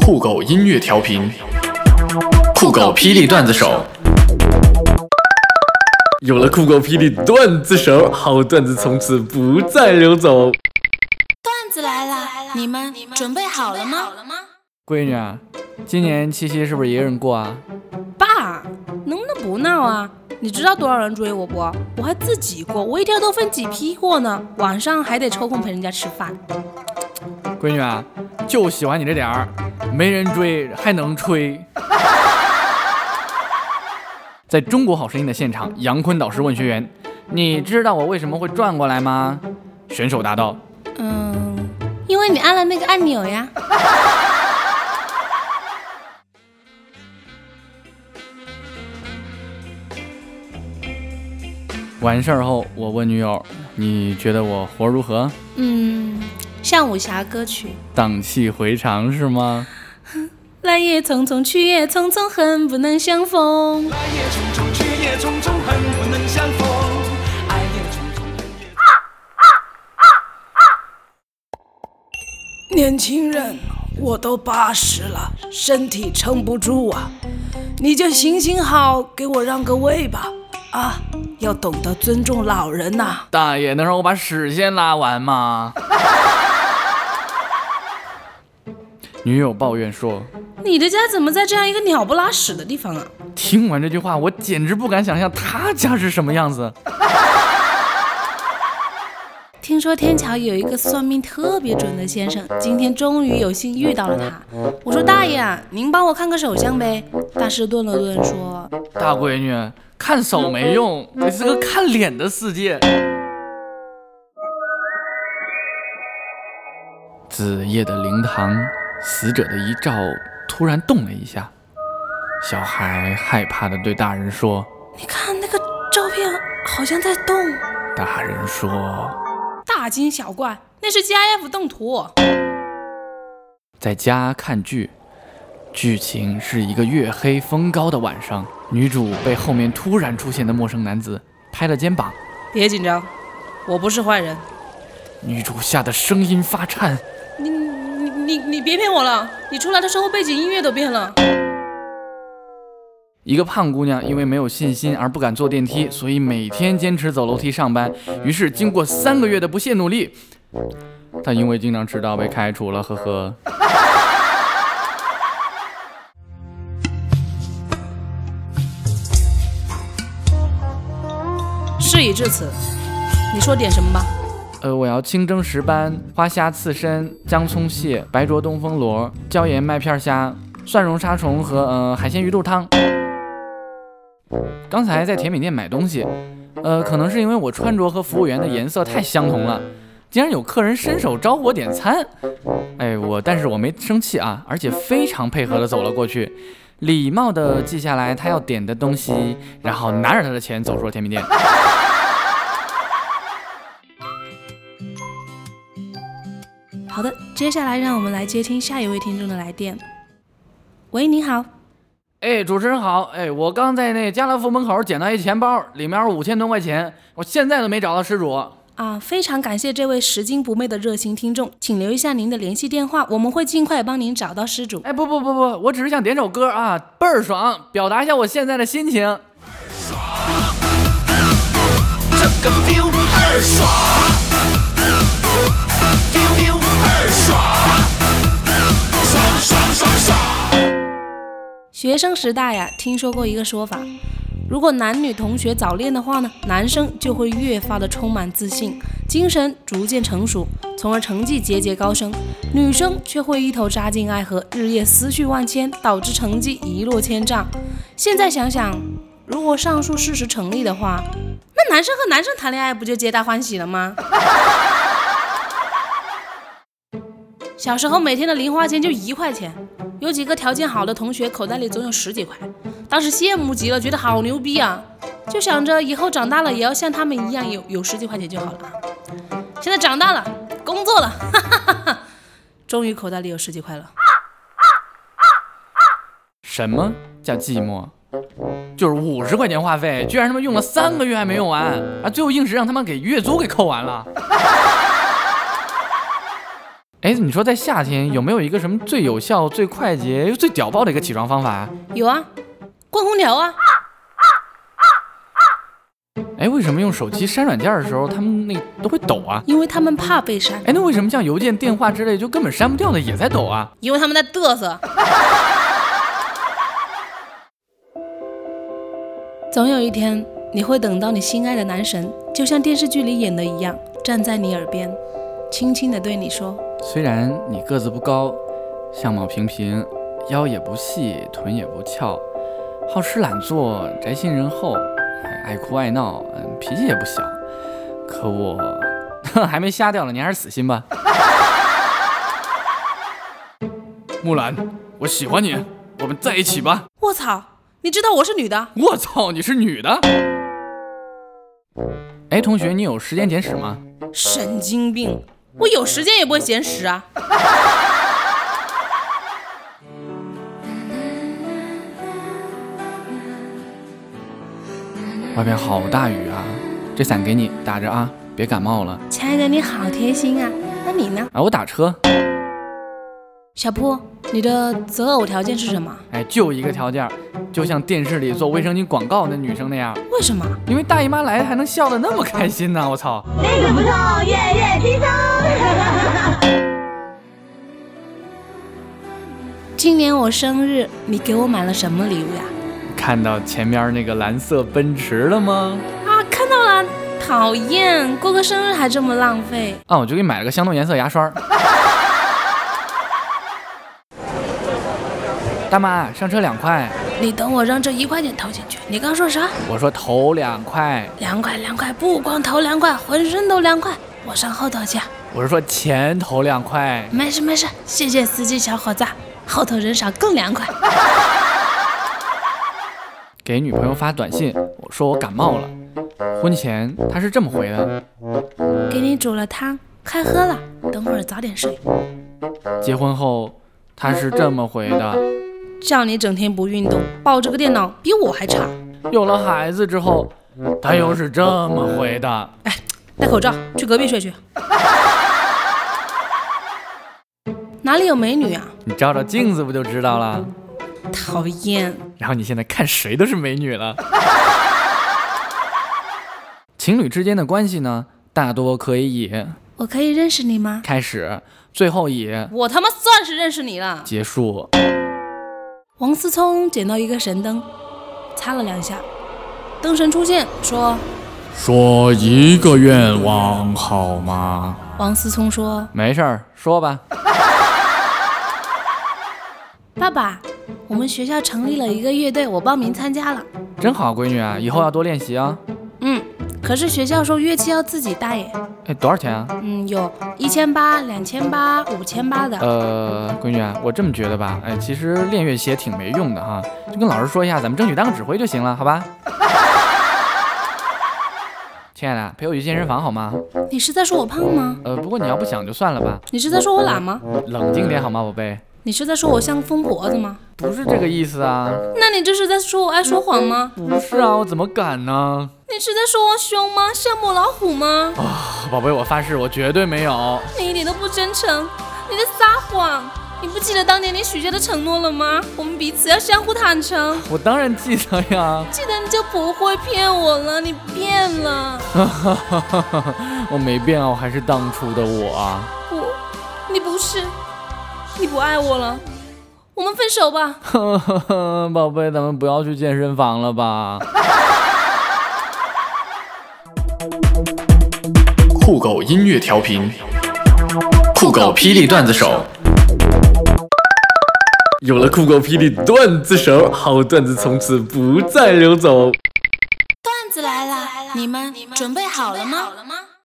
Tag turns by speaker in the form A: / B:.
A: 酷狗音乐调频，酷狗霹雳段子手。有了酷狗霹雳段子手，好段子从此不再流走。
B: 段子来了，你们准备好了吗？
C: 闺女啊，今年七夕是不是一个人过啊？
D: 爸，能不能不闹啊？你知道多少人追我不？我还自己过，我一天都分几批过呢，晚上还得抽空陪人家吃饭。
C: 闺女啊，就喜欢你这点儿，没人追还能吹。在中国好声音的现场，杨坤导师问学员：“你知道我为什么会转过来吗？”选手答道
D: 嗯，因为你按了那个按钮呀。
C: 完事儿后，我问女友：“你觉得我活如何？
D: 嗯，像武侠歌曲。
C: 荡气回肠是吗
D: 来也匆匆，去也匆匆，恨不能相逢。
E: 来也匆匆，去也匆匆，恨不能相逢。爱也匆匆，恨也匆
F: 年轻人，我都八十了，身体撑不住啊，你就行行好，给我让个位吧。啊，要懂得尊重老人呐、？”
C: 大爷，能让我把屎先拉完吗？ 女友抱怨说
D: 你的家怎么在这样一个鸟不拉屎的地方啊？：“
C: 听完这句话，我简直不敢想象他家是什么样子。
D: 听说天桥有一个算命特别准的先生，今天终于有幸遇到了他。我说大爷啊，您帮我看个手相呗。大师顿了顿说，
C: 大闺女，看手没用，这是个看脸的世界。”子夜的灵堂，死者的遗照突然动了一下，小孩害怕的对大人说
D: 你看那个照片好像在动。：“
C: 大人说。”
D: 大惊小怪，那是 GIF 动图。
C: 在家看剧，剧情是一个月黑风高的晚上，女主被后面突然出现的陌生男子拍了肩膀，
D: 别紧张，我不是坏人。
C: 女主吓得声音发颤。
D: 你你你你别骗我了！你出来的时候背景音乐都变了。
C: 一个胖姑娘因为没有信心而不敢坐电梯，所以每天坚持走楼梯上班。于是经过三个月的不懈努力，她因为经常迟到被开除了，呵呵。
D: 事已至此，你说点什么吧。
C: 呃，我要清蒸石斑、花虾刺身、姜葱蟹、白灼东风螺、椒盐麦片虾、蒜蓉沙虫和呃海鲜鱼肚汤。刚才在甜品店买东西，呃，可能是因为我穿着和服务员的颜色太相同了，竟然有客人伸手招呼我点餐。哎，我但是我没生气啊，而且非常配合的走了过去，礼貌的记下来他要点的东西，然后拿着他的钱走出了甜品店。
D: 好的，接下来让我们来接听下一位听众的来电。喂，你好，
C: 哎，主持人好，哎，我刚在那家乐福门口捡到一钱包，里面五千多块钱，我现在都没找到失主。
D: 啊，非常感谢这位拾金不昧的热心听众，请留一下您的联系电话，我们会尽快帮您找到失主。
C: 哎，不不不不，我只是想点首歌啊，倍儿爽，表达一下我现在的心情。
E: 匆，这个 feel 二爽，feel feel 二爽，爽爽爽爽。
D: 学生时代呀，听说过一个说法，如果男女同学早恋的话呢，男生就会越发的充满自信，精神逐渐成熟，从而成绩节节高升；女生却会一头扎进爱河，日夜思绪万千，导致成绩一落千丈。现在想想，如果上述事实成立的话，那男生和男生谈恋爱不就皆大欢喜了吗？小时候每天的零花钱就一块钱，有几个条件好的同学口袋里总有十几块，当时羡慕极了，觉得好牛逼啊！就想着以后长大了也要像他们一样有有十几块钱就好了啊。现在长大了，工作了， 哈哈哈哈，终于口袋里有十几块了。
C: 什么叫寂寞？就是五十块钱话费，居然他妈用了三个月还没用完，啊，最后硬是让他们给月租给扣完了。哎，你说在夏天有没有一个什么最有效、最快捷又最屌爆的一个起床方法啊？
D: 有啊，关空调啊。
C: 哎，为什么用手机删软件的时候，他们那个都会抖啊？
D: 因为他们怕被删，
C: 哎，那为什么像邮件、电话之类就根本删不掉的也在抖啊？
D: 因为他们在嘚瑟。 总有一天，你会等到你心爱的男神，就像电视剧里演的一样，站在你耳边，轻轻地对你说
C: 虽然你个子不高，相貌平平，腰也不细，臀也不翘，好吃懒做，宅心仁厚，哎爱哭爱闹，嗯，脾气也不小，可我 还没瞎掉呢，你还是死心吧。 木兰，我喜欢你，我们在一起吧。：“
D: 卧槽，你知道我是女的？
C: 我操，你是女的？哎，同学，你有时间简史吗？
D: 神经病！我有时间也不会闲时啊。”
C: 外边好大雨啊，这伞给你打着啊，别感冒了
D: 亲爱的，你好贴心啊。那你呢，
C: 啊。我打车，
D: 小铺？你的择偶条件是什么？
C: 哎，就一个条件儿，就像电视里做卫生巾广告那女生那样，
D: 为什么？
C: 因为大姨妈来了还能笑得那么开心呢，我操！
G: 日子不错，月月轻松。
D: 今年我生日，你给我买了什么礼物呀？
C: 看到前面那个蓝色奔驰了吗？
D: 啊，看到了，讨厌，过个生日还这么浪费。
C: 啊，我就给你买了个相同颜色牙刷儿。 大妈，上车两块。
D: 你等我让这一块钱投进去。你刚说啥？
C: 我说头两块，
D: 凉快凉快，不光头凉快，浑身都凉快。我上后头去啊。
C: 我是说前头两块。
D: 没事没事，谢谢司机小伙子，后头人少更凉快。
C: 给女朋友发短信，我说我感冒了。婚前她是这么回的：
D: 给你煮了汤，快喝了，等会儿早点睡。
C: 结婚后她是这么回的：
D: 叫你整天不运动，抱着个电脑比我还差。
C: 有了孩子之后，她又是这么回的。
D: 哎，戴口罩，去隔壁睡 去。哪里有美女啊？
C: 你照照镜子不就知道了？
D: 讨厌，
C: 然后你现在看谁都是美女了。 情侣之间的关系呢，大多可以以
D: 我可以认识你吗？
C: 开始，最后以
D: 我他妈算是认识你了。
C: 结束。
D: 王思聪捡到一个神灯，擦了两下，灯神出现，说
A: 说一个愿望好吗？：“
D: 王思聪说，
C: 没事儿，说吧。
D: 爸爸，我们学校成立了一个乐队，我报名参加了。
C: 真好，闺女啊，以后要多练习啊。
D: 嗯，可是学校说乐器要自己带耶。
C: 哎，多少钱啊？
D: 嗯，有一千八、两千八、五千八的。
C: 呃，闺女啊，我这么觉得吧，哎，其实练乐器也挺没用的哈，就跟老师说一下，咱们争取当个指挥就行了，好吧？ 亲爱的，陪我去健身房好吗？
D: 你是在说我胖吗？
C: 呃，不过你要不想就算了吧，
D: 你是在说我懒吗？
C: 冷静点好吗，宝贝？
D: 你是在说我像疯婆子吗？
C: 不是这个意思啊，
D: 那你这是在说我爱说谎吗？
C: 不是啊，我怎么敢呢？
D: 你是在说我凶吗？像母老虎吗？
C: 宝贝，我发誓，我绝对没有。
D: 你一点都不真诚，你在撒谎。你不记得当年你许下的承诺了吗？我们彼此要相互坦诚，
C: 我当然记得呀，
D: 记得你就不会骗我了。你变了，
C: 我没变啊，我还是当初的我啊。
D: 我，你不是，你不爱我了。我们分手吧。
C: 呵呵呵，宝贝，咱们不要去健身房了吧？
A: 酷狗音乐调频，酷狗霹雳段子手。有了酷狗霹雳段子手，好段子从此不再流走。
B: 段子来了，你们准备好了吗？